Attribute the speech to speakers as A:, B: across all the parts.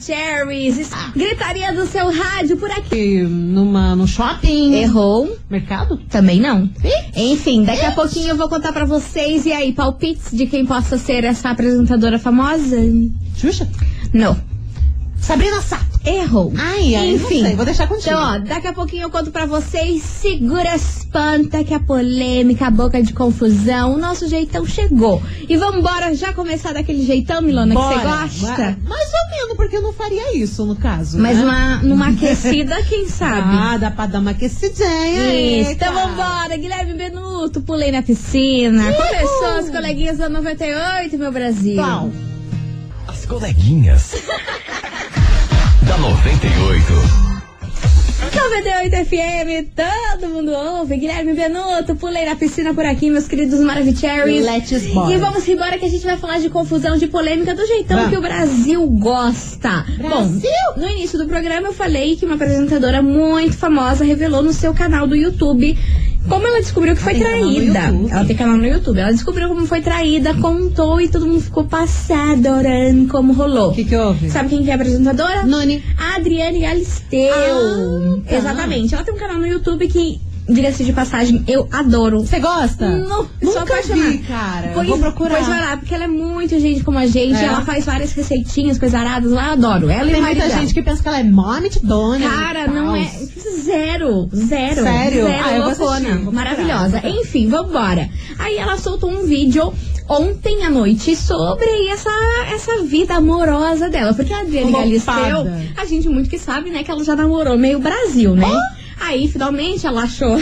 A: Cherries. Gritaria do seu rádio por aqui.
B: E numa, no shopping.
A: É. Errou?
B: Mercado?
A: Também não. Enfim, daqui a pouquinho eu vou contar pra vocês. E aí, palpites de quem possa ser essa apresentadora famosa?
B: Xuxa?
A: Não.
B: Sabrina Sato.
A: Errou.
B: Ai, ai,
A: Enfim.
B: não sei, vou deixar contigo.
A: Então, ó, daqui a pouquinho eu conto pra vocês. Segura espanta que a polêmica, a boca de confusão, o nosso jeitão chegou. E vambora já começar daquele jeitão, Milona, que você gosta?
B: Bora. Mais ou menos, porque eu não faria isso no caso.
A: Mas
B: né?
A: uma, numa aquecida, quem sabe?
B: Ah, dá pra dar uma aquecidinha.
A: Isso, então vambora, Guilherme Benuto, pulei na piscina. Começou as coleguinhas da 98, meu Brasil.
B: Qual?
C: As coleguinhas. da 98.
A: 98 FM, todo mundo ouve. Guilherme Benuto, pulei na piscina por aqui, meus queridos Maravicherrys.
B: Let's bora.
A: E vamos embora que a gente vai falar de confusão, de polêmica, do jeitão
B: Vamos.
A: que o Brasil gosta.
B: Brasil!
A: Bom, no início do programa eu falei que uma apresentadora muito famosa revelou no seu canal do YouTube como ela descobriu que foi
B: tem canal no
A: traída.
B: YouTube.
A: Ela tem canal no YouTube. Ela descobriu como foi traída, contou e todo mundo ficou passado adorando como rolou.
B: O que que houve?
A: Sabe quem que é a apresentadora?
B: Noni.
A: A Adriane Galisteu.
B: Ah, tá.
A: Exatamente. Ela tem um canal no YouTube que, diga-se de passagem, eu adoro.
B: Você gosta?
A: Não, sou
B: Tá. Nunca
A: apaixonada.
B: vi, cara.
A: Pois,
B: Vou procurar.
A: Pois vai lá, porque ela é muito gente como a gente.
B: É.
A: Ela faz várias receitinhas, coisas aradas lá, eu adoro. Ela e
B: Tem
A: o marido
B: muita
A: dela.
B: gente que pensa que ela é Monet Dona.
A: Cara, não é. Zero. Zero.
B: Sério?
A: Zero.
B: Ah, eu vou
A: loucona.
B: assistir, vou
A: Maravilhosa. Enfim, vambora. Aí ela soltou um vídeo ontem à noite sobre essa, essa vida amorosa dela. Porque a Adriane
B: Loupada.
A: Galisteu, a gente muito que sabe, né, que ela já namorou meio Brasil, né? Aí, finalmente, ela achou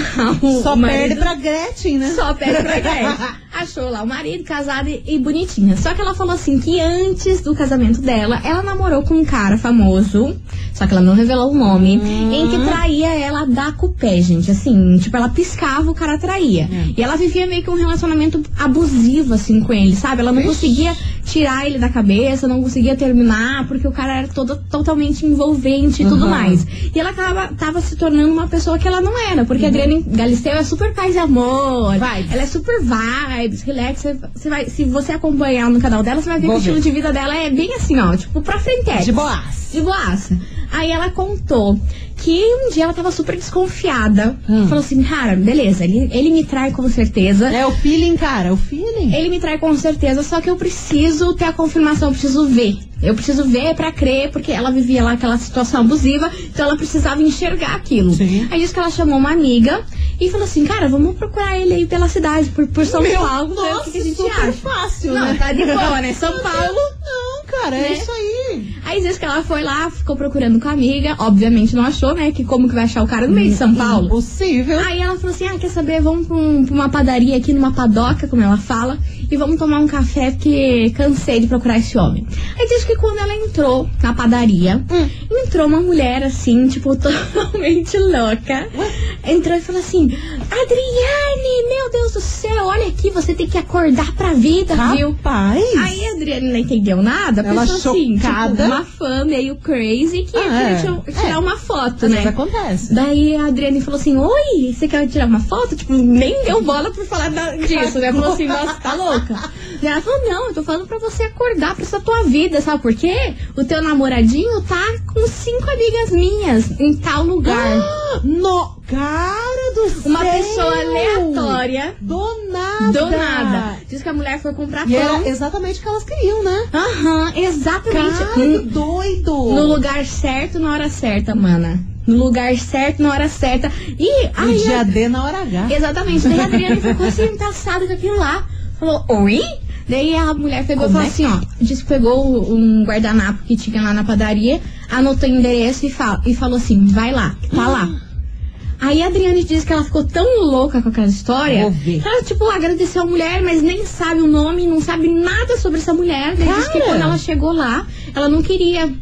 A: o
B: Só
A: marido
B: perde pra Gretchen, né?
A: só pede pra Gretchen. Achou lá o marido casado e, e bonitinha. Só que ela falou assim que antes do casamento dela, ela namorou com um cara famoso, só que ela não revelou o nome, em que traía ela da cupé, gente. Assim, tipo, ela piscava, o cara traía. E ela vivia meio que um relacionamento abusivo, assim, com ele, sabe? Ela não conseguia tirar ele da cabeça, não conseguia terminar, porque o cara era todo, totalmente envolvente e tudo
B: Uhum.
A: mais. E ela tava, tava se tornando uma pessoa que ela não era, porque a Adriane Galisteu é super paz e amor.
B: Vibes.
A: Ela é super vibes, relax. Você- Você vai, se você acompanhar no canal dela, você vai ver
B: Vou
A: que o estilo
B: ver.
A: de vida dela é bem assim, ó, tipo, pra frente.
B: De boas.
A: De boaça. Aí ela contou que um dia ela tava super desconfiada.
B: Hum.
A: Falou assim, cara, beleza, ele, ele me trai com certeza.
B: É o feeling, cara. O feeling.
A: Ele me trai com certeza, só que eu preciso ter a confirmação, eu preciso ver. Eu preciso ver pra crer, porque ela vivia lá aquela situação abusiva, então ela precisava enxergar aquilo.
B: Sim.
A: Aí isso que ela chamou uma amiga e falou assim: cara, vamos procurar ele aí pela cidade, por, por São Paulo, ver o que, que a gente
B: super
A: acha.
B: fácil,
A: Não,
B: né?
A: tá de boa, né? São
B: Meu
A: Paulo.
B: Deus, Não, cara, é
A: Né?
B: isso aí.
A: Aí diz que ela foi lá, ficou procurando com a amiga, obviamente não achou, né? Que como que vai achar o cara no meio de
B: Uhum.
A: São Paulo?
B: Impossível.
A: Aí ela falou assim: Ah, quer saber? Vamos pra, um- pra uma padaria aqui, numa padoca, como ela fala, e vamos tomar um café, porque cansei de procurar esse homem. Aí diz que quando ela entrou na padaria,
B: Hum,
A: entrou uma mulher assim, tipo, totalmente louca. Entrou e falou assim: Adriane, meu Deus do céu, olha aqui, você tem que acordar pra vida, viu?
B: Rapaz.
A: Aí a Adriane não entendeu nada,
B: Ela
A: pensou assim, tipo,
B: chocada.
A: uma fã meio crazy que
B: Ah,
A: ia
B: é.
A: tirar- tirar uma foto,
B: Às
A: né?
B: vezes acontece.
A: Daí a Adriane falou assim: Oi, você quer tirar uma foto? Tipo, nem deu bola pra falar da- disso, né? Falou assim: Nossa, tá louca. E ela falou: Não, eu tô falando pra você acordar pra essa tua vida, sabe por quê? O teu namoradinho tá com cinco amigas minhas em tal lugar.
B: Ah, No, cara do céu.
A: Uma pessoa aleatória,
B: Do nada.
A: do nada. Diz que a mulher foi comprar
B: E
A: pão.
B: era exatamente o que elas queriam, né?
A: Aham, exatamente.
B: Cara,
A: Hum,
B: que doido.
A: No lugar certo, na hora certa, mana. No lugar certo, na hora certa. E
B: No
A: aí,
B: dia D na hora H.
A: Exatamente. Daí a Adriane ficou assim, passada com aquilo lá. Falou, oi? Daí a mulher pegou e
B: Como
A: falou
B: é
A: assim, ó. Disse que pegou um guardanapo que tinha lá na padaria, anotou o endereço e, fala, e falou assim, vai lá, que tá lá.
B: Hum.
A: Aí a Adriane disse que ela ficou tão louca com aquela história.
B: Vou ver.
A: que Ela, tipo, agradeceu a mulher, mas nem sabe o nome, não sabe nada sobre essa mulher. Daí disse que
B: Cara!
A: quando ela chegou lá, ela não queria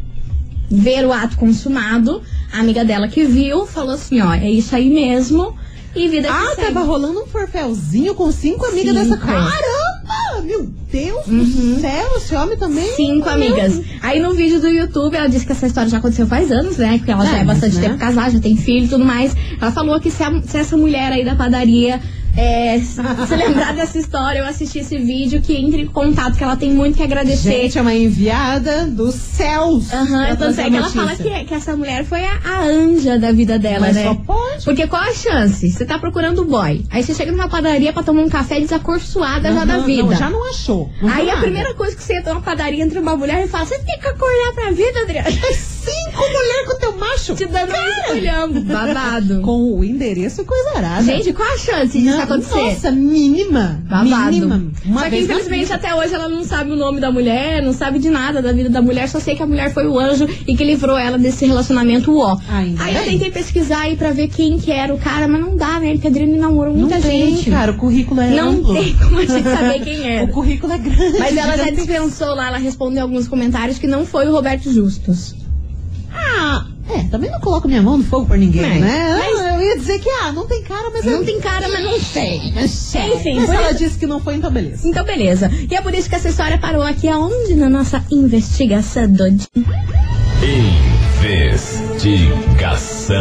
A: ver o ato consumado. A amiga dela que viu falou assim: ó, é isso aí mesmo. E vida que
B: Ah,
A: segue.
B: tava rolando um forféuzinho com cinco amigas dessa.
A: Cinco. Uhum.
B: Caramba! Meu Deus do céu, esse homem também.
A: Cinco
B: Meu
A: amigas. Aí no vídeo do YouTube, ela disse que essa história já aconteceu faz anos, né? Porque ela já
B: É,
A: é bastante
B: né?
A: tempo casada, já tem filho e tudo mais. Ela falou que se, a- se essa mulher aí da padaria é, se se lembrar dessa história ou assistir esse vídeo, que entre em contato, que ela tem muito que agradecer.
B: Gente, é uma enviada dos céus.
A: Aham,
B: pra
A: tanto
B: trazer
A: é que ela
B: notícia.
A: fala que, que essa mulher foi a, a anja da vida dela,
B: Mas
A: né?
B: só pode.
A: Porque qual a chance? Você tá procurando o boy. Aí você chega numa padaria pra tomar um café desacorçoada já
B: Não,
A: da
B: não,
A: vida.
B: não, já não achou. Não né?
A: Aí
B: tem
A: a
B: nada.
A: primeira coisa que você entra numa padaria, entra uma mulher e fala: Você tem que acordar pra vida, Adriana.
B: Cinco mulheres com teu macho.
A: Te dando um escolhambo. Babado.
B: Com o endereço e coisa arada.
A: Gente, qual a chance disso
B: Não,
A: acontecer?
B: Nossa, mínima.
A: Babado.
B: Mínima. Uma
A: só que
B: vez na
A: infelizmente até hoje ela não sabe o nome da mulher, não sabe de nada da vida da mulher, só sei que a mulher foi o anjo e que livrou ela desse relacionamento ó.
B: Ainda
A: Aí eu
B: bem.
A: tentei pesquisar aí pra ver quem que era o cara, mas não dá, né? Porque a Adriana namorou muita
B: não tem,
A: gente.
B: cara. O currículo é
A: não
B: amplo.
A: tem como a gente saber quem
B: O
A: era.
B: currículo é grande.
A: Mas ela já
B: gigante.
A: dispensou lá, ela respondeu alguns comentários que não foi o Roberto Justus.
B: Ah, é, também não coloco minha mão no fogo por ninguém,
A: É, Mas-
B: né? Eu ia dizer que, ah, não tem cara, mas
A: Não
B: é...
A: tem cara, mas não sei. Enfim,
B: mas
A: por
B: se ela
A: isso-
B: disse que não foi, então beleza.
A: Então, beleza. E é por isso que essa história parou aqui aonde na nossa investigação do dia.
C: Investigação.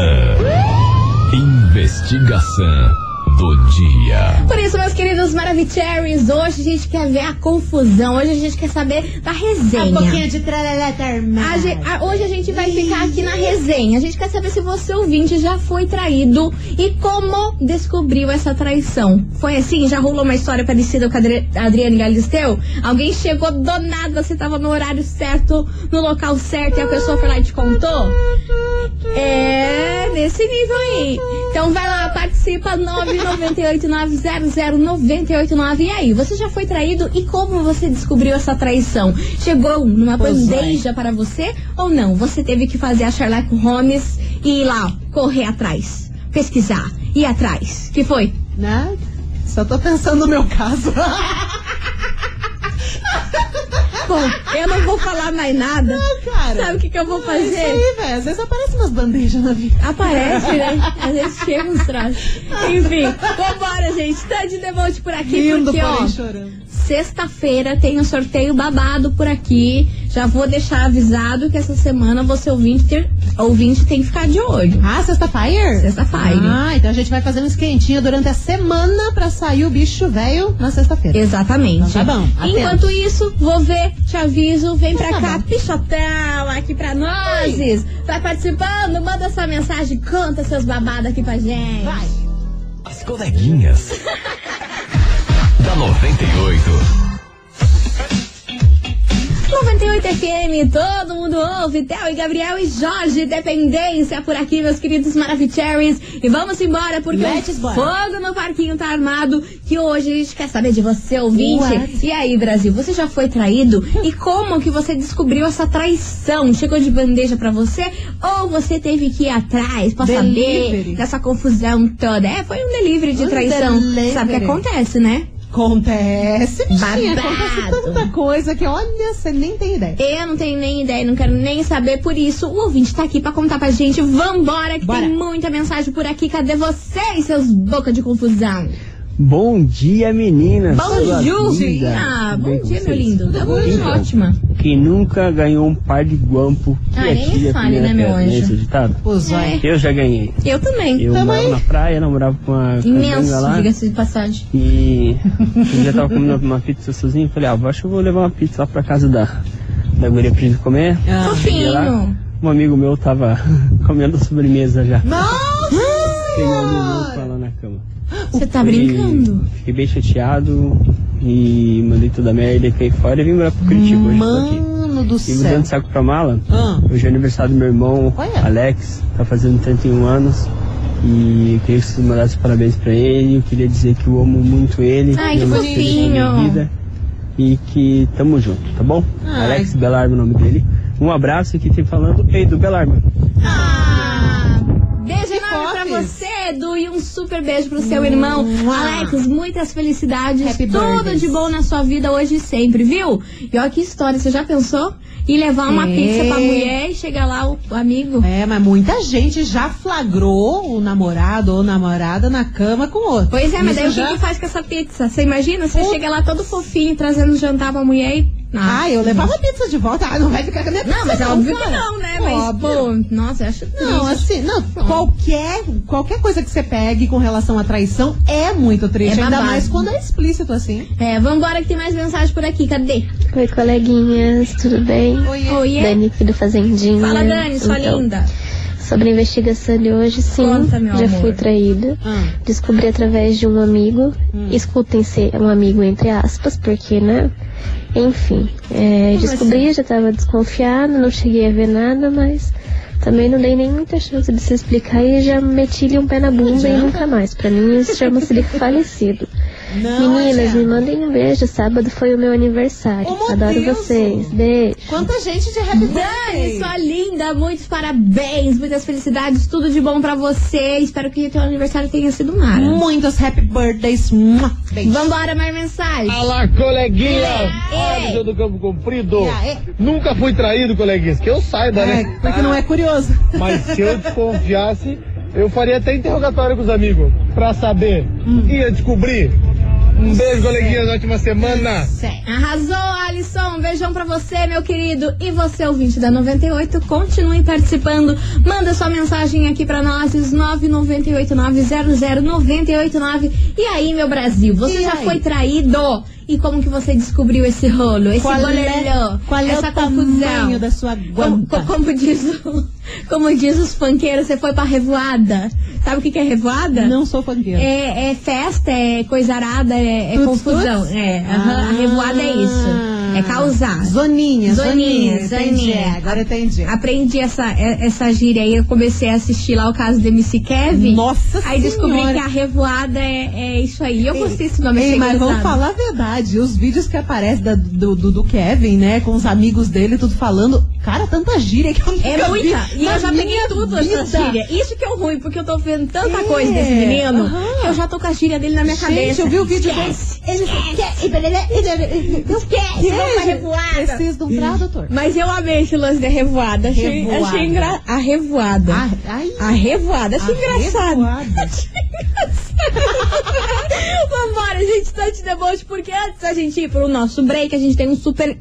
C: Investigação do dia.
A: Por isso, meus queridos Maravicheries, hoje a gente quer ver a confusão, hoje a gente quer saber da
B: Ah,
A: resenha.
B: de tá, tralala da
A: A ge- a- hoje a gente vai ficar aqui na resenha. A gente quer saber se você ouvinte já foi traído e como descobriu essa traição. Foi assim? Já rolou uma história parecida com a Adri- a Adriane Galisteu? Alguém chegou do nada, você tava no horário certo, no local certo e a pessoa foi lá e te contou? É, nesse nível aí. Então vai lá, participa 998900989. E aí, você já foi traído e como você descobriu essa traição? Chegou numa
B: Pois
A: bandeja para você ou não? Você teve que fazer a Sherlock Holmes e ir lá, ó, correr atrás, pesquisar, ir atrás. Que foi?
B: Né? Só tô pensando no meu caso.
A: Bom, eu não vou falar mais nada.
B: cara.
A: Sabe o que, que eu vou
B: É isso
A: fazer?
B: aí, velho. Às vezes aparecem umas bandejas na vida.
A: Aparece, né? Às vezes chega uns traços. Enfim, vambora, gente. Tá de devote por aqui,
B: Lindo,
A: porque,
B: porém
A: ó,
B: chorando.
A: sexta-feira tem um sorteio babado por aqui. Já vou deixar avisado que essa semana você ouvinte, ter- ouvinte tem que ficar de olho.
B: Ah, sexta fire?
A: Sexta Fire.
B: Ah, então a gente vai fazer um esquentinho durante a semana pra sair o bicho velho na sexta-feira.
A: Exatamente.
B: Então tá bom, atento.
A: Enquanto isso, vou ver, te aviso, vem pra
B: tá
A: cá,
B: bom.
A: pichotão aqui pra nós. Vai participando, manda sua mensagem, conta seus babados aqui pra gente.
B: Vai.
C: As coleguinhas. da 98.
A: 98 FM, todo mundo ouve, Theo e Gabriel e Jorge, dependência por aqui, meus queridos Maravicheries. E vamos embora, porque
B: Let's
A: o
B: bora.
A: fogo no parquinho tá armado, que hoje a gente quer saber de você, ouvinte.
B: What?
A: E aí, Brasil, você já foi traído? E como que você descobriu essa traição? Chegou de bandeja pra você? Ou você teve que ir atrás pra saber
B: Delivery.
A: dessa confusão toda? É, foi um delivery de
B: Um
A: traição.
B: delivery.
A: Sabe o que acontece, né?
B: Acontece, bichinha. Acontece
A: Babado.
B: tanta coisa que, olha, você nem tem ideia.
A: Eu não tenho nem ideia, não quero nem saber. Por isso, o ouvinte tá aqui pra contar pra gente. Vambora, que
B: Bora.
A: tem muita mensagem por aqui. Cadê vocês, seus boca de confusão?
D: Bom dia, meninas.
A: Bom
D: Sua
A: dia!
D: vida.
A: Ah,
D: Tudo
A: bom
D: bem com
A: dia, meu
D: vocês?
A: lindo. Tá bom,
D: Então,
A: ótima.
D: Quem nunca ganhou um par de guampo que é
A: Ah, nem me
D: atire a
A: fale,
D: primeira
A: né, meu
D: pedra, né,
A: anjo?
D: esse ditado?
B: Pô, zóia.
D: Eu já ganhei.
A: Eu também.
D: Eu
B: Tamo
D: morava
B: aí.
D: na praia, namorava com uma
A: Imenso,
D: candanga lá.
A: diga-se de passagem.
D: E um eu já tava comendo uma pizza sozinho. Falei, ah, acho que eu vou levar uma pizza lá pra casa da, da guria pra gente comer.
A: É.
B: Ah.
D: Cheguei lá,
A: Fofinho.
D: um amigo meu tava comendo sobremesa já.
B: Nossa!
D: Tem um amigo meu lá na cama.
A: Você tá
D: Fiquei-
A: brincando?
D: Fiquei bem chateado e mandei toda a merda e caí fora e vim morar pro Curitiba. Hoje tô aqui.
B: Mano do
D: E mudando
B: céu.
D: de saco pra mala,
B: Ah.
D: hoje é aniversário do meu irmão,
B: Olha.
D: Alex, tá fazendo 31 anos. E eu queria que vocês mandassem parabéns pra ele. Eu queria dizer que eu amo muito ele.
A: Ai,
D: ele é
A: que
D: uma feliz
A: fofinho.
D: da minha vida. E que tamo junto, tá bom?
B: Ai.
D: Alex Belarmo, o nome dele. Um abraço e quem tem falando, ei, do Belarmo.
A: Ah, Beijo enorme pra
B: fofes.
A: você, Edu, e um super beijo pro seu irmão.
B: Mua.
A: Alex, muitas felicidades.
B: Happy
A: tudo
B: birthdays.
A: de bom na sua vida hoje e sempre, viu? E olha que história, você já pensou? E levar uma
B: É.
A: pizza pra mulher e chegar lá o, o amigo.
B: É, mas muita gente já flagrou o namorado ou namorada na cama com outro.
A: Pois é, mas
B: Isso
A: daí o que,
B: já...
A: que faz com essa pizza? Você imagina? Você
B: Putz.
A: chega lá todo fofinho, trazendo jantar pra mulher e Ah,
B: Ah, eu levava a pizza de volta. Ah, não vai ficar com a minha pizza.
A: Não, mas é óbvio que
B: cara.
A: não, né?
B: Ó,
A: Mas,
B: pô,
A: pô, nossa, eu acho triste.
B: Não, assim, não, qualquer, qualquer coisa que você pegue com relação à traição é muito triste,
A: É
B: ainda
A: babado.
B: mais quando é explícito assim.
A: É, vambora que tem mais mensagem por aqui, cadê?
E: Oi, coleguinhas, tudo bem?
B: Oiê. né?
A: Oiê.
E: Dani aqui do Fazendinha.
A: Fala, Dani, sua
E: Então,
A: linda.
E: Sobre a investigação de hoje, sim,
A: Conta, meu
E: já
A: amor.
E: fui traída.
B: Ah,
E: Descobri através de um amigo.
A: Hum.
E: Escutem-se, um amigo entre aspas, porque, né? Enfim, é,
A: Como assim?
E: descobri, já tava desconfiada, não cheguei a ver nada, mas também não dei nem muita chance de se explicar e já meti-lhe um pé na bunda e nunca mais. Pra mim, isso chama-se de falecido.
B: não,
E: Meninas,
B: gente.
E: me mandem um beijo. Sábado foi o meu aniversário.
B: Ô, meu
E: Adoro
B: Deus.
E: vocês. Beijo.
B: Quanta gente de happy
A: Dani,
B: birthday.
A: sua linda, muitos parabéns, muitas felicidades, tudo de bom pra você. Espero que teu aniversário tenha sido mara.
B: Muitos happy birthdays. Mua. Beijo.
A: Vambora, mais mensagem.
F: Fala, coleguinha!
A: Ei.
F: Alisson do Campo Comprido!
B: É, E aí?
F: Nunca fui traído, coleguinhas, que eu saiba,
B: É,
F: né?
B: porque não é curioso.
F: Mas se eu desconfiasse, eu faria até interrogatório com os amigos, pra saber.
B: Hum.
F: Ia descobrir. Um beijo, coleguinhas, ótima semana!
B: Sério.
A: Arrasou, Alisson. Um Beijão pra você, meu querido. E você, ouvinte da 98, continue participando. Manda sua mensagem aqui pra nós, 998900989. E aí, meu Brasil, você
B: E
A: já
B: aí?
A: foi traído? E como que você descobriu esse rolo, esse
B: Qual é,
A: bololô,
B: qual é
A: essa
B: o tamanho
A: confusão?
B: da sua
A: Como,
B: guampa?
A: co- como diz o- como diz os funkeiros, você foi pra revoada. Sabe o que, que é revoada?
B: Não sou fangueira.
A: É, é festa, é coisarada, é, é
B: Tuts,
A: confusão.
B: tuts? Ah.
A: É, aham, a revoada é isso. É causar.
B: Zoninha, zoninha,
A: Zoninha,
B: entendi.
A: zoninha. Ah,
B: Agora entendi.
A: Aprendi essa, é- essa gíria aí, eu comecei a assistir lá o caso de MC Kevin.
B: Nossa
A: Aí descobri
B: Senhora.
A: que a revoada é, é isso aí. Eu gostei desse nome,
B: Ei,
A: achei
B: mas vamos
A: engraçado.
B: falar a verdade. Os vídeos que aparecem da- do, do- do Kevin, né? Com os amigos dele, tudo falando. Cara, tanta gíria que eu nunca
A: É muita.
B: vi
A: E
B: na
A: eu já peguei
B: minha
A: tudo
B: vida.
A: essa gíria. Isso que é o ruim, porque eu tô vendo tanta
B: É,
A: coisa desse menino.
B: aham.
A: que Eu já tô com a gíria dele na minha
B: Gente,
A: cabeça.
B: eu vi o vídeo
A: Esquece.
B: dele. Ele esquece.
A: Esquece, vamos pra revoada.
B: Preciso de um prato, doutor.
A: Mas eu amei esse lance da revoada. Achei,
B: Revoada.
A: achei engra... a revoada.
B: Ah, ai.
A: A revoada, achei
B: A
A: engraçado.
B: revoada.
A: Achei engraçado. Vambora, gente, tá de deboche, porque antes da gente ir pro nosso break, a gente tem um super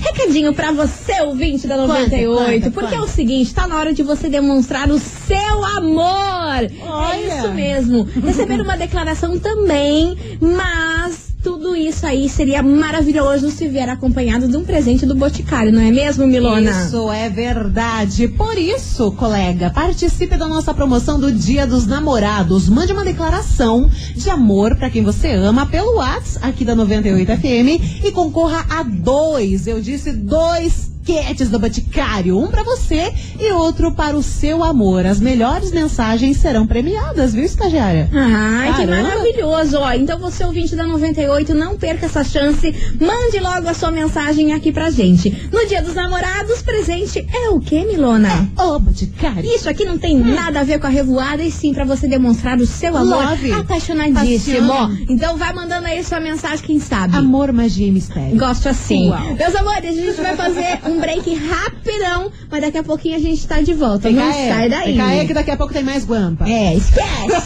A: recadinho pra você, ouvinte da 98.
B: Conta, conta,
A: porque é
B: conta.
A: o seguinte, tá na hora de você demonstrar o seu amor.
B: Olha.
A: É isso mesmo. Receber uma declaração também, mas tudo isso aí seria maravilhoso se vier acompanhado de um presente do Boticário, não é mesmo, Milona?
B: Isso é verdade. Por isso, colega, participe da nossa promoção do Dia dos Namorados. Mande uma declaração de amor pra quem você ama pelo Whats aqui da 98 FM e concorra a dois, eu disse dois kits do Boticário, um pra você e outro para o seu amor. As melhores mensagens serão premiadas, viu, estagiária?
A: Ai, que
B: Caramba.
A: maravilhoso! Ó, então você ouvinte da 98, não perca essa chance. Mande logo a sua mensagem aqui pra gente. No Dia dos Namorados, presente é o que, Milona?
B: Ô, Boticário.
A: Isso aqui não
B: Hum.
A: tem nada a ver com a revoada e sim pra você demonstrar o seu amor
B: Love.
A: apaixonadíssimo.
B: Paixão.
A: Então vai mandando aí sua mensagem, quem sabe.
B: Amor, magia e mistério.
A: Gosto assim.
B: Uau.
A: Meus amores, a gente vai fazer um break rapidão, mas daqui a pouquinho a gente tá de volta. não
B: aí,
A: sai daí.
B: Fica aí que daqui a pouco tem mais guampa.
A: É, esquece!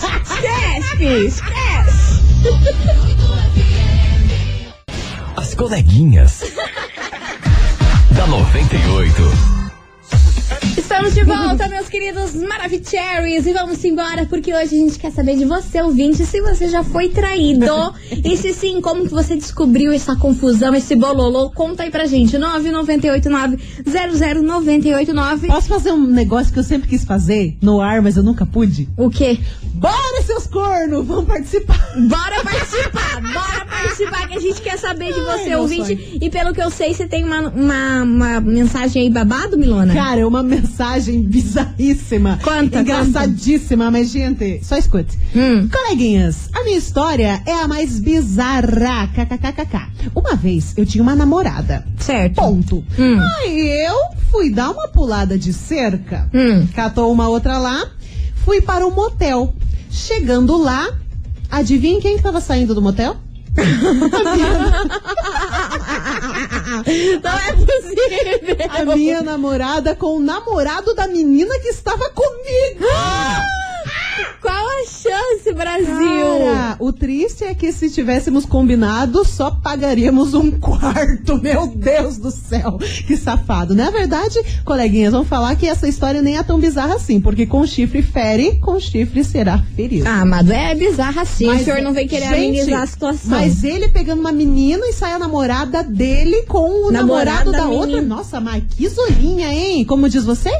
A: esquece! Esquece!
C: As coleguinhas. da 98.
A: Estamos de volta, meus queridos Maravicheries, e vamos embora, porque hoje a gente quer saber de você, ouvinte, se você já foi traído. e se sim, como que você descobriu essa confusão, esse bololô? Conta aí pra gente, 998900989.
B: Posso fazer um negócio que eu sempre quis fazer no ar, mas eu nunca pude?
A: O quê?
B: Bora, seus cornos! Vamos participar!
A: Bora participar! Bora participar, que a gente quer saber de você,
B: Ai, meu
A: ouvinte.
B: sonho.
A: E pelo que eu sei, você tem uma, uma, uma mensagem aí babado, Milona?
B: Cara, é uma mensagem bizarríssima.
A: Conta,
B: Engraçadíssima, mas, gente, só escute.
A: Hum.
B: Coleguinhas, a minha história é a mais bizarra. KKKKK. Uma vez eu tinha uma namorada.
A: Certo.
B: Ponto.
A: Hum.
B: Aí eu fui dar uma pulada de cerca.
A: Hum.
B: Catou uma outra lá. Fui para o motel. Chegando lá, adivinha quem estava saindo do motel?
A: Não é possível!
B: A minha namorada com o namorado da menina que estava comigo.
A: Qual a chance, Brasil?
B: Cara, o triste é que se tivéssemos combinado, só pagaríamos um quarto. Meu Deus do céu, que safado. Na verdade, coleguinhas, vão falar que essa história nem é tão bizarra assim, porque com chifre fere, com chifre será ferido.
A: Ah, mas é bizarro assim.
B: Mas,
A: o senhor não vem querer
B: gente,
A: amenizar a situação.
B: Mas ele pegando uma menina e sai a namorada dele com o
A: Namorada
B: namorado da
A: da
B: outra.
A: menina.
B: Nossa, mas que zolinha, hein? Como diz você?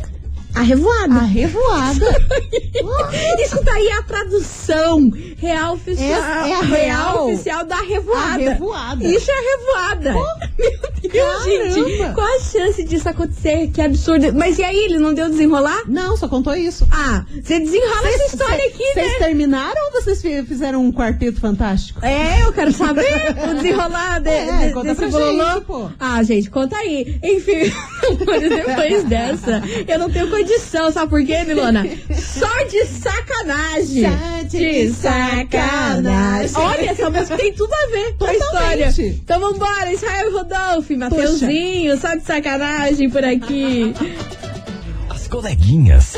A: Arrevoado.
B: Arrevoada.
A: Isso daí é a tradução real oficial.
B: Essa é a real-
A: oficial da revoada.
B: Arrevoada.
A: Isso é revoada. Meu Deus,
B: caramba.
A: gente. Qual a chance disso acontecer? Que absurdo. Mas e aí, ele não deu desenrolar?
B: Não, só contou isso.
A: Ah, você desenrola essa história aqui,
B: Vocês
A: né?
B: terminaram ou vocês fi- fizeram um quarteto fantástico?
A: É, eu quero saber o desenrolar de,
B: É,
A: de-
B: conta
A: desse
B: pra
A: bolão.
B: gente, pô.
A: Ah, gente, conta aí. Enfim, amores, depois dessa, eu não tenho condição, sabe por quê, Milona? Só de sacanagem.
B: Só de sacanagem.
A: Olha, essa música tem tudo a ver com a
B: Totalmente.
A: história. Então vambora, Israel Rodolfo, Mateuzinho, só de sacanagem por aqui.
C: As coleguinhas.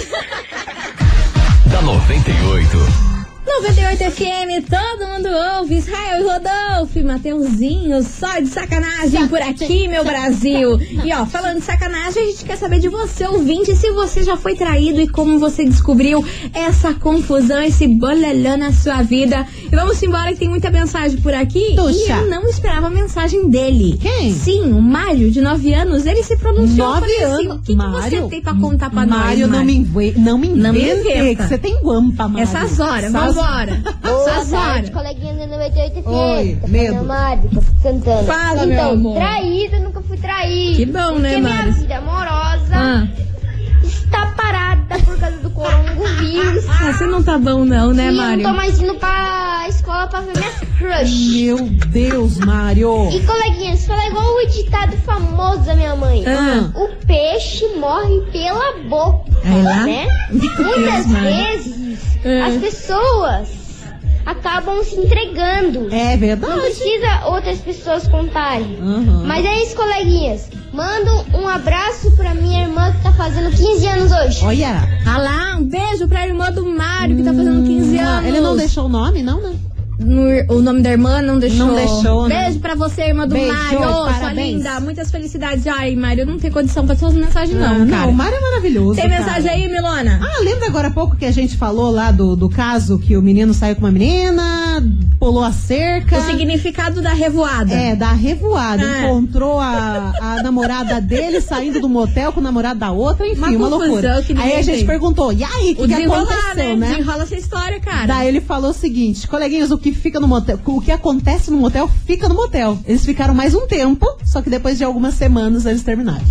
C: da 98.
A: 98 FM, todo mundo ouve. Israel e Rodolfo, Mateuzinho, só de sacanagem por aqui, meu Brasil. E ó, falando de sacanagem, a gente quer saber de você, ouvinte, se você já foi traído e como você descobriu essa confusão, esse bolelã na sua vida. E vamos embora que tem muita mensagem por aqui. E
B: Tuxa.
A: eu não esperava a mensagem dele.
B: Quem?
A: Sim, o Mário, de 9 anos, ele se pronunciou. Eu
B: Nove
A: falei assim,
B: anos.
A: O que, que você tem pra contar Tá pra
B: Mário,
A: nós,
B: não me inve- não me
A: Não me
B: inventa.
A: inventa.
B: que Você tem guampa, Mário.
A: Essas horas,
B: Essas-
A: vambora.
G: Boa
A: Essas horas.
G: tarde, coleguinha da 98 FM.
B: Oi,
G: Tá
B: medo.
G: falando, Mari, tô Santana.
A: Fala,
G: então,
A: meu amor.
G: traída, eu nunca fui traída.
A: Que bom, né,
G: Porque minha
A: Mari?
G: vida amorosa
A: Ah.
G: está parada por causa do coronavírus.
A: Ah, você não tá bom não, né,
G: e eu não tô
A: Mário?
G: mais indo pra escola pra ver minhas crush.
B: Meu Deus, Mário.
G: E coleguinhas, fala igual o ditado famoso da minha mãe.
A: Ah,
G: O peixe morre pela boca,
A: É lá?
G: né?
A: Meu
G: Muitas
A: Deus, Mari.
G: vezes
A: É.
G: as pessoas acabam se entregando.
B: É
G: Não
B: verdade.
G: precisa outras pessoas contarem.
B: Aham.
G: Mas é isso, coleguinhas. Manda um abraço pra minha irmã que tá fazendo 15 anos hoje.
B: Olha.
A: ah lá, um beijo pra irmã do Mário, que tá fazendo 15 anos.
B: Ele Hum, não deixou o nome, não, né?
A: No- o nome da irmã não deixou.
B: Não deixou, né?
A: Beijo pra você, irmã do
B: Beijo,
A: Mário. Sua
B: parabéns.
A: linda, muitas felicidades. Ai, Mário, eu não tenho condição pra suas mensagens não,
B: Ah,
A: cara.
B: o Mário é maravilhoso.
A: Tem
B: cara.
A: mensagem aí, Milona?
B: Ah, lembra agora há pouco que a gente falou lá do, do caso que o menino saiu com uma menina, pulou a cerca.
A: o significado da revoada.
B: É, da revoada.
A: Ah.
B: Encontrou a, a namorada dele saindo do motel com o namorado da outra, enfim, uma,
A: Uma confusão
B: loucura.
A: que ninguém
B: aí a gente
A: tem.
B: perguntou, e aí, o que,
A: o
B: que
A: desenrolar,
B: aconteceu,
A: né?
B: né?
A: Desenrola essa história, cara.
B: Daí ele falou o seguinte, coleguinhas, o que fica no motel, o que acontece no motel, fica no motel. Eles ficaram mais um tempo, só que depois de algumas semanas eles terminaram.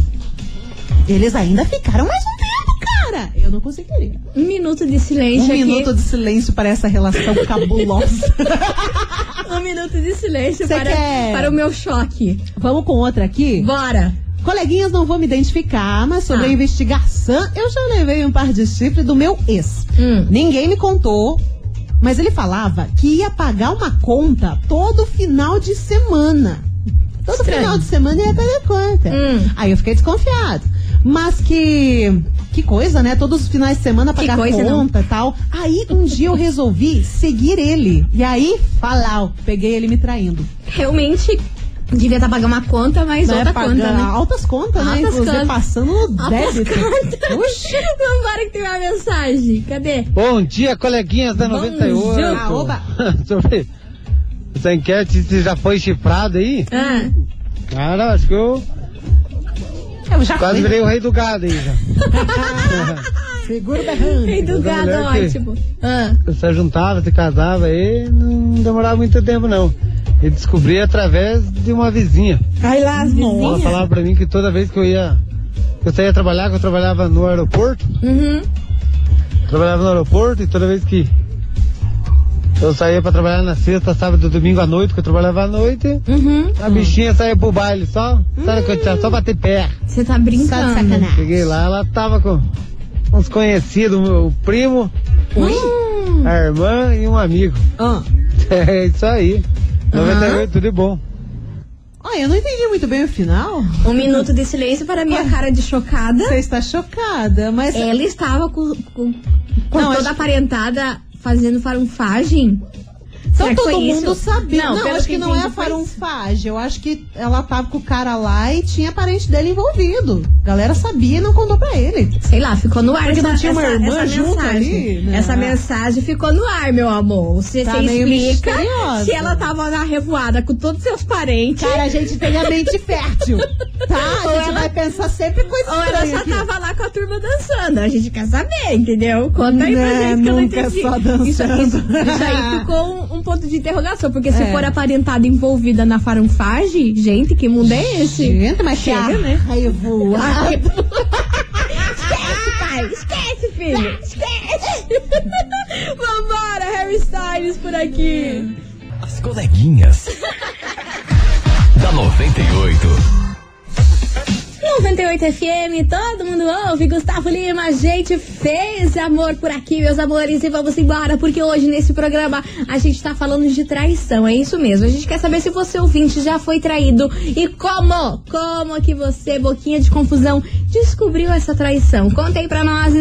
B: Eles ainda ficaram mais um tempo, cara. Eu não conseguiria.
A: Um minuto de
B: Um
A: silêncio aqui.
B: minuto de silêncio para essa relação cabulosa.
A: Um minuto de silêncio
B: Você
A: para,
B: quer?
A: para o meu choque.
B: Vamos com outra aqui.
A: Bora.
B: Coleguinhas, não vou me identificar, mas sobre
A: Ah.
B: a investigação, eu já levei um par de chifre do meu ex.
A: Hum.
B: Ninguém me contou, mas ele falava que ia pagar uma conta todo final de semana. Todo
A: Estranho.
B: final de semana ia pagar conta.
A: Hum.
B: Aí eu fiquei desconfiado. Mas que. Que coisa, né? Todos os finais de semana
A: Que
B: pagar
A: coisa, não.
B: conta e tal. Aí um dia eu resolvi seguir ele. E aí, falau, peguei ele me traindo.
A: realmente devia estar pagando uma conta, mas
B: Né?
A: outra
B: Pagando
A: conta, né?
B: Altas contas, né?
A: Altas
B: Inclusive,
A: contas.
B: passando no
A: Altas
B: débito.
A: contas.
B: Oxi.
A: Vambora que tem uma mensagem. Cadê?
F: Bom dia, coleguinhas da
A: Bom
F: 98.
A: dia.
B: Ah, oba.
F: Sobre essa enquete, se já foi chifrado aí?
A: Ah,
B: Hum,
F: Cara, acho que eu
B: Eu já
F: quase
B: falei.
F: virei o rei do gado aí já.
B: Segura o berrante.
A: rei do
F: Toda
A: gado,
F: mulher que-
A: ótimo. Ah,
F: Se juntava, se casava aí, não demorava muito tempo não. E descobri através de uma vizinha.
A: Ai lá, as
F: Ela
A: vizinhas.
F: falava pra mim que toda vez que eu ia. que eu saía trabalhar, que eu trabalhava no aeroporto.
A: Uhum.
F: Trabalhava no aeroporto e toda vez que. Eu saía pra trabalhar na sexta, sábado, domingo à noite, que eu trabalhava à noite.
A: Uhum.
F: A bichinha saía pro baile só. Sabe que eu tinha só bater pé.
A: Você tá brincando.
B: Só de sacanagem.
F: Cheguei lá, ela tava com uns conhecidos, meu primo,
A: Hum.
F: a irmã e um amigo.
B: Ah,
F: É isso aí. 98, tudo de bom.
B: Olha, eu não entendi muito bem o final.
A: Um minuto de silêncio para minha cara de chocada.
B: Você está chocada, mas.
A: Ela estava com, com, com
B: Não,
A: toda
B: acho-
A: aparentada fazendo farunfagem. Será
B: Então
A: que
B: todo
A: foi
B: mundo
A: isso?
B: sabia. Não,
A: pelo
B: acho que não é
A: entendi,
B: a
A: foi isso.
B: farunfagem. Eu acho que ela tava com o cara lá e tinha parente dele envolvido. A galera sabia e não contou pra ele.
A: Sei lá, ficou no ar.
B: Mas não
A: essa-
B: tinha uma
A: essa-
B: irmã
A: essa
B: junto
A: mensagem.
B: ali? Não.
A: Essa mensagem ficou no ar, meu amor. Você,
B: Tá
A: você
B: meio
A: explica
B: misteriosa.
A: se ela tava na revoada com todos seus parentes.
B: Cara, a gente tem a mente fértil. Tá? A
A: Ou
B: gente
A: ela-
B: vai pensar sempre coisa
A: Ou ela tá só
B: estranha aqui.
A: tava lá com a turma dançando. A gente quer saber, entendeu? Conta aí pra
B: Né,
A: gente que eu não
B: nunca
A: entendi.
B: só dançando.
A: Isso, isso- isso aí ficou um, um ponto de interrogação, porque se
B: É.
A: for aparentada envolvida na farunfagem, gente, que mundo é esse?
B: Gente, mas
A: Chega,
B: que
A: né?
B: Aí voar.
A: Esquece, pai! Esquece, filho! Esquece! Vambora, Harry Styles por aqui!
C: As coleguinhas. da 98.
A: 98 FM, todo mundo ouve. Gustavo Lima, a gente fez amor por aqui, meus amores. E vamos embora, porque hoje nesse programa a gente tá falando de traição. É isso mesmo. A gente quer saber se você ouvinte já foi traído e como, como que você, boquinha de confusão, descobriu essa traição. Conta aí pra nós,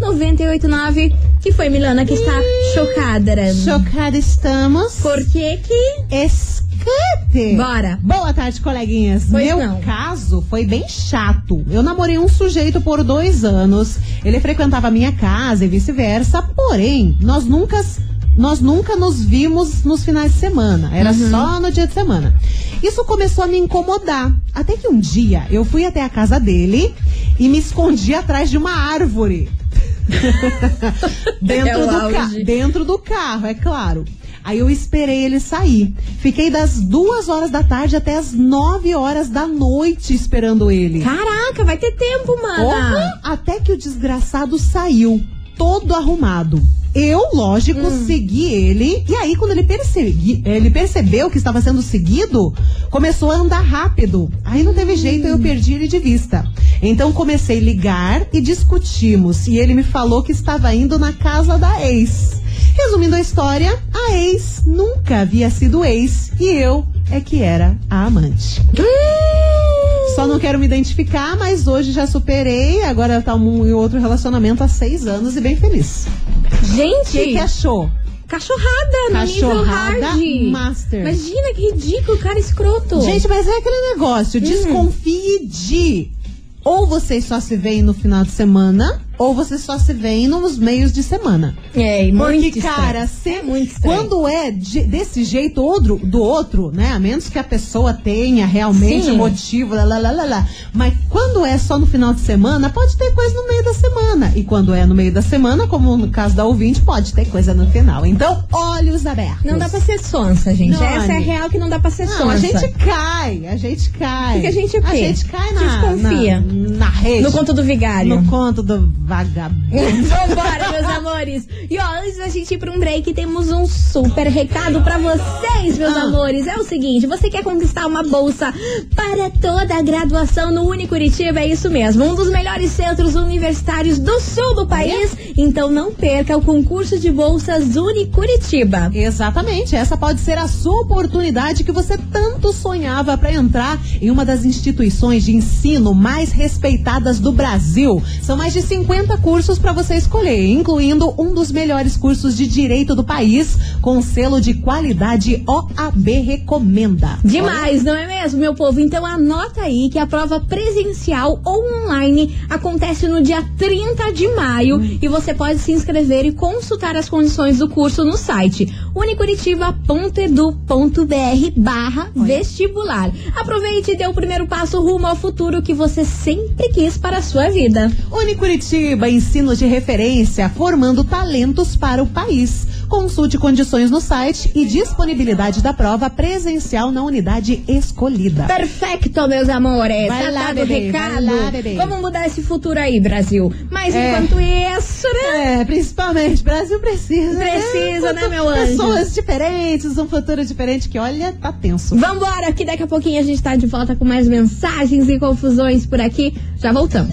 A: 998900989, que foi Milana que está chocada. né?
B: Chocada estamos.
A: Por que que...
B: Escante.
A: Bora.
B: Boa tarde, coleguinhas.
A: Pois
B: Meu
A: não.
B: caso foi bem chato. Eu namorei um sujeito por dois anos. Ele frequentava minha casa e vice-versa. Porém, nós nunca, nós nunca nos vimos nos finais de semana. Era
A: Uhum.
B: só no dia de semana. Isso começou a me incomodar. Até que um dia eu fui até a casa dele e me escondi atrás de uma árvore.
A: É
B: dentro,
A: o
B: do ca-
A: auge.
B: dentro do carro, é claro. Aí eu esperei ele sair. Fiquei das duas horas da tarde até as nove horas da noite esperando ele.
A: Caraca, vai ter tempo, mana.
B: Porra, até que o desgraçado saiu, todo arrumado. Eu, lógico, segui ele. E aí, quando ele, persegui, ele percebeu que estava sendo seguido, começou a andar rápido. Aí não teve jeito, eu perdi ele de vista. Então comecei a ligar e discutimos. E ele me falou que estava indo na casa da ex. Resumindo a história, a ex nunca havia sido ex e eu é que era a amante. Só não quero me identificar, mas hoje já superei. Agora tá um, em outro relacionamento há seis anos e bem feliz. O
A: Gente,
B: que, que achou?
A: é cachorrada Tá no
B: Cachorrada
A: nível hard.
B: master.
A: Imagina que ridículo, cara escroto.
B: Gente, mas é aquele
A: Hum.
B: negócio. Desconfie de. Ou vocês só se veem no final de semana, ou vocês só se veem nos meios de semana.
A: é, e muito
B: Porque,
A: estranho.
B: cara, se-
A: muito estranho.
B: quando é de- desse jeito outro, do outro, né? A menos que a pessoa tenha realmente
A: Sim.
B: motivo, lá, lá, lá, lá, lá. Mas quando é só no final de semana, pode ter coisa no meio da semana. E quando é no meio da semana, como no caso da ouvinte, pode ter coisa no final. Então, olhos abertos.
A: Não dá pra ser sonsa, gente.
B: Não,
A: Essa é a
B: amiga.
A: real que não dá pra ser
B: Não,
A: sonsa.
B: a gente cai, a gente cai.
A: Porque a gente é o
B: A
A: quê?
B: gente cai na,
A: Desconfia.
B: na, na rede.
A: No conto do vigário.
B: No conto do vagabundo.
A: Vambora, meus amores. E ó, antes da gente ir pra um break, temos um super recado pra vocês, meus
B: Ah.
A: amores. É o seguinte, você quer conquistar uma bolsa para toda a graduação no Unicuritiba? É isso mesmo, um dos melhores centros universitários do sul do país. Então não perca o concurso de bolsas Unicuritiba.
B: Exatamente, essa pode ser a sua oportunidade que você tanto sonhava para entrar em uma das instituições de ensino mais respeitadas do Brasil. São mais de 50 cursos para você escolher, incluindo um dos melhores cursos de direito do país, com selo de qualidade OAB Recomenda.
A: Demais, não é mesmo, meu povo? Então anota aí que a prova presencial ou online acontece no dia 30 de maio
B: Hum.
A: e você pode se inscrever e consultar as condições do curso no site unicuritiba.edu.br barra vestibular. Aproveite e dê o primeiro passo rumo ao futuro que você sempre quis para a sua vida.
B: Unicuritiba, ensino de referência, formando talentos para o país. Consulte condições no site e disponibilidade da prova presencial na unidade escolhida.
A: Perfeito, meus amores.
B: Vai
A: Tá
B: lá,
A: dado o
B: bebê, vai
A: recado.
B: lá, bebê.
A: Vamos mudar esse futuro aí, Brasil. Mas
B: É.
A: enquanto isso, né?
B: É, principalmente, Brasil precisa.
A: Precisa, né, meu anjo?
B: Pessoas diferentes, um futuro diferente que, olha, tá tenso.
A: Vambora, que daqui a pouquinho a gente tá de volta com mais mensagens e confusões por aqui. Já voltamos.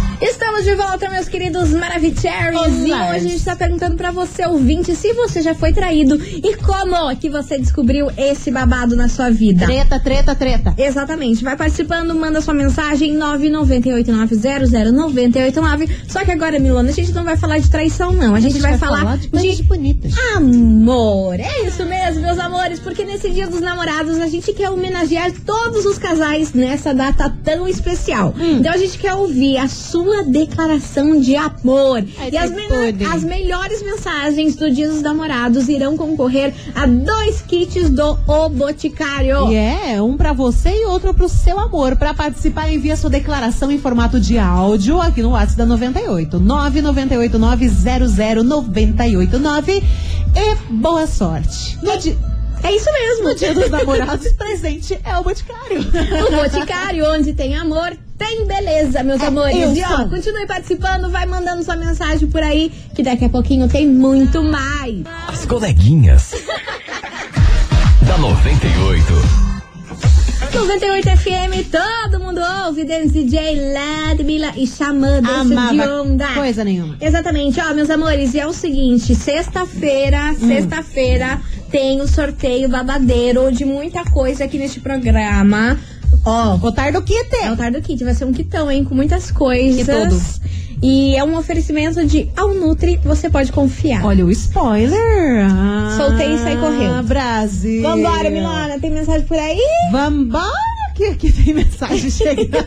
A: Estamos de volta, meus queridos Maravicheries. E
B: Olá.
A: hoje a gente está perguntando pra você, ouvinte, se você já foi traído e como que você descobriu esse babado na sua vida.
B: Treta, treta, treta.
A: Exatamente. Vai participando, manda sua mensagem 998900989. Só que agora, Milona, a gente não vai falar de traição, não. A gente, vai, falar
B: de coisas
A: de
B: bonitas.
A: Amor, é isso mesmo, meus amores, porque nesse Dia dos Namorados a gente quer homenagear todos os casais nessa data tão especial.
B: Hum.
A: Então a gente quer ouvir a sua declaração de amor.
B: Ai,
A: e as,
B: que
A: mena-
B: podre.
A: as melhores mensagens do Dia dos Namorados irão concorrer a dois kits do O Boticário.
B: E é, um pra você e outro pro seu amor. Pra participar, envia sua declaração em formato de áudio aqui no WhatsApp da 98. 998900989. E boa sorte. No, di-
A: É isso mesmo.
B: no dia dos namorados, presente é o Boticário.
A: O Boticário, onde tem amor, tem beleza,
B: É
A: meus amores.
B: eu
A: E ó,
B: sou.
A: continue participando, vai mandando sua mensagem por aí, que daqui a pouquinho tem muito mais.
C: As coleguinhas. da 98.
A: 98 FM, todo mundo ouve, Dennis DJ, Ladmila e Xamã, deixa de onda.
B: coisa nenhuma.
A: Exatamente, ó, meus amores, e é o seguinte: sexta-feira, sexta-feira, tem o sorteio babadeiro de muita coisa aqui neste programa. Ó,
B: Cotar do Kit.
A: É o Tardo Kit, vai ser um quitão, hein? Com muitas coisas.
B: Quitodo.
A: E é um oferecimento de Alnutri, você pode confiar.
B: Olha o spoiler. Ah,
A: Soltei e saí correndo.
B: Brasil.
A: Vambora, Milana, tem mensagem por aí?
B: Vambora, que, que tem mensagem chegando.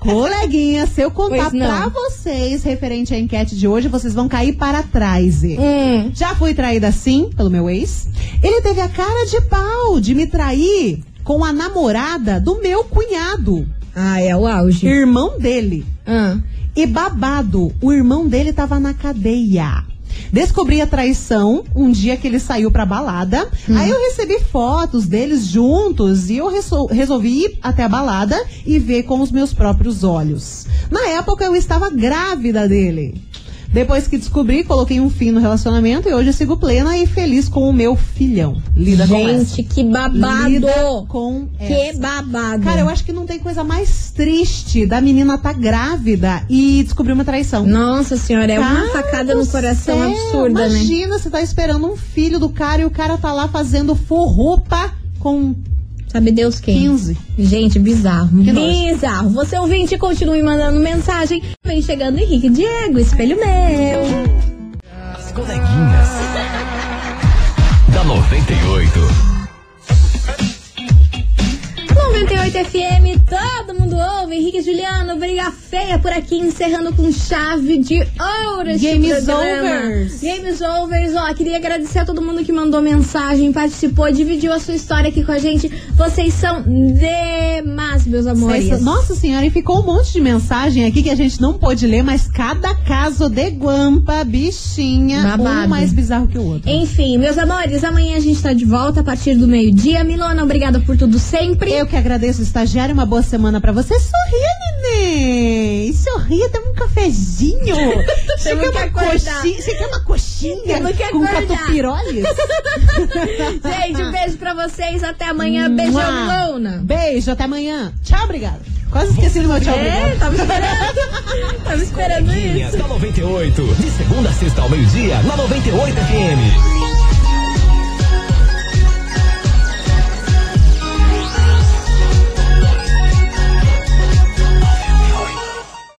B: Coleguinha, se eu contar
A: Pois não.
B: pra vocês referente à enquete de hoje, vocês vão cair para trás. e-
A: Hum.
B: Já fui traída sim, pelo meu ex. Ele teve a cara de pau de me trair com a namorada do meu cunhado,
A: Ah, é o auge.
B: irmão dele.
A: Ah.
B: E babado, o irmão dele tava na cadeia. Descobri a traição um dia que ele saiu pra balada.
A: Hum.
B: Aí eu recebi fotos deles juntos e eu resol- resolvi ir até a balada e ver com os meus próprios olhos. Na época eu estava grávida dele. Depois que descobri, coloquei um fim no relacionamento e hoje eu sigo plena e feliz com o meu filhão. Lida com essa.
A: Gente, que babado!
B: Lida com
A: Que babado!
B: É. Cara, eu acho que não tem coisa mais triste da menina tá grávida e descobrir uma traição.
A: Nossa senhora, é uma
B: Cara
A: facada
B: do
A: no coração
B: céu,
A: absurda, né?
B: Imagina, você tá esperando um filho do cara e o cara tá lá fazendo forrupa com
A: Sabe Deus quem?
B: 15.
A: Gente, bizarro.
B: Que nojo.
A: bizarro. Você ouvinte, continue mandando mensagem. Vem chegando Henrique e Diego, espelho meu.
C: As coleguinhas. da 98.
A: 98 FM, todo mundo ouve. Henrique e Juliano, briga feia por aqui, encerrando com chave de ouro. este
B: Games
A: programa.
B: overs.
A: Games overs. Ó, queria agradecer a todo mundo que mandou mensagem, participou, dividiu a sua história aqui com a gente. Vocês são demais, meus amores.
B: Essa- nossa senhora, e ficou um monte de mensagem aqui que a gente não pôde ler, mas cada caso de guampa, bichinha,
A: Babado.
B: um mais bizarro que o outro.
A: Enfim, meus amores, amanhã a gente tá de volta a partir do meio-dia. Milona, obrigada por tudo sempre.
B: Eu que agradeço, estagiário, uma boa semana pra você. Sorria, neném! Sorria, toma um cafezinho! Você
A: Temos que
B: quer uma
A: acordar.
B: coxinha? Você quer uma coxinha
A: Temos que
B: com um
A: acordar.
B: catupiroles?
A: Gente, um beijo pra vocês. Até amanhã. Beijão,
B: Mua.
A: Milona.
B: Beijo, até amanhã. Tchau, obrigado. Quase esqueci do meu tchau,
A: É,
B: obrigado.
A: tava esperando.
C: é?
A: tava esperando isso.
C: Coleguinhas da 98. De segunda a sexta ao meio-dia, na 98 FM.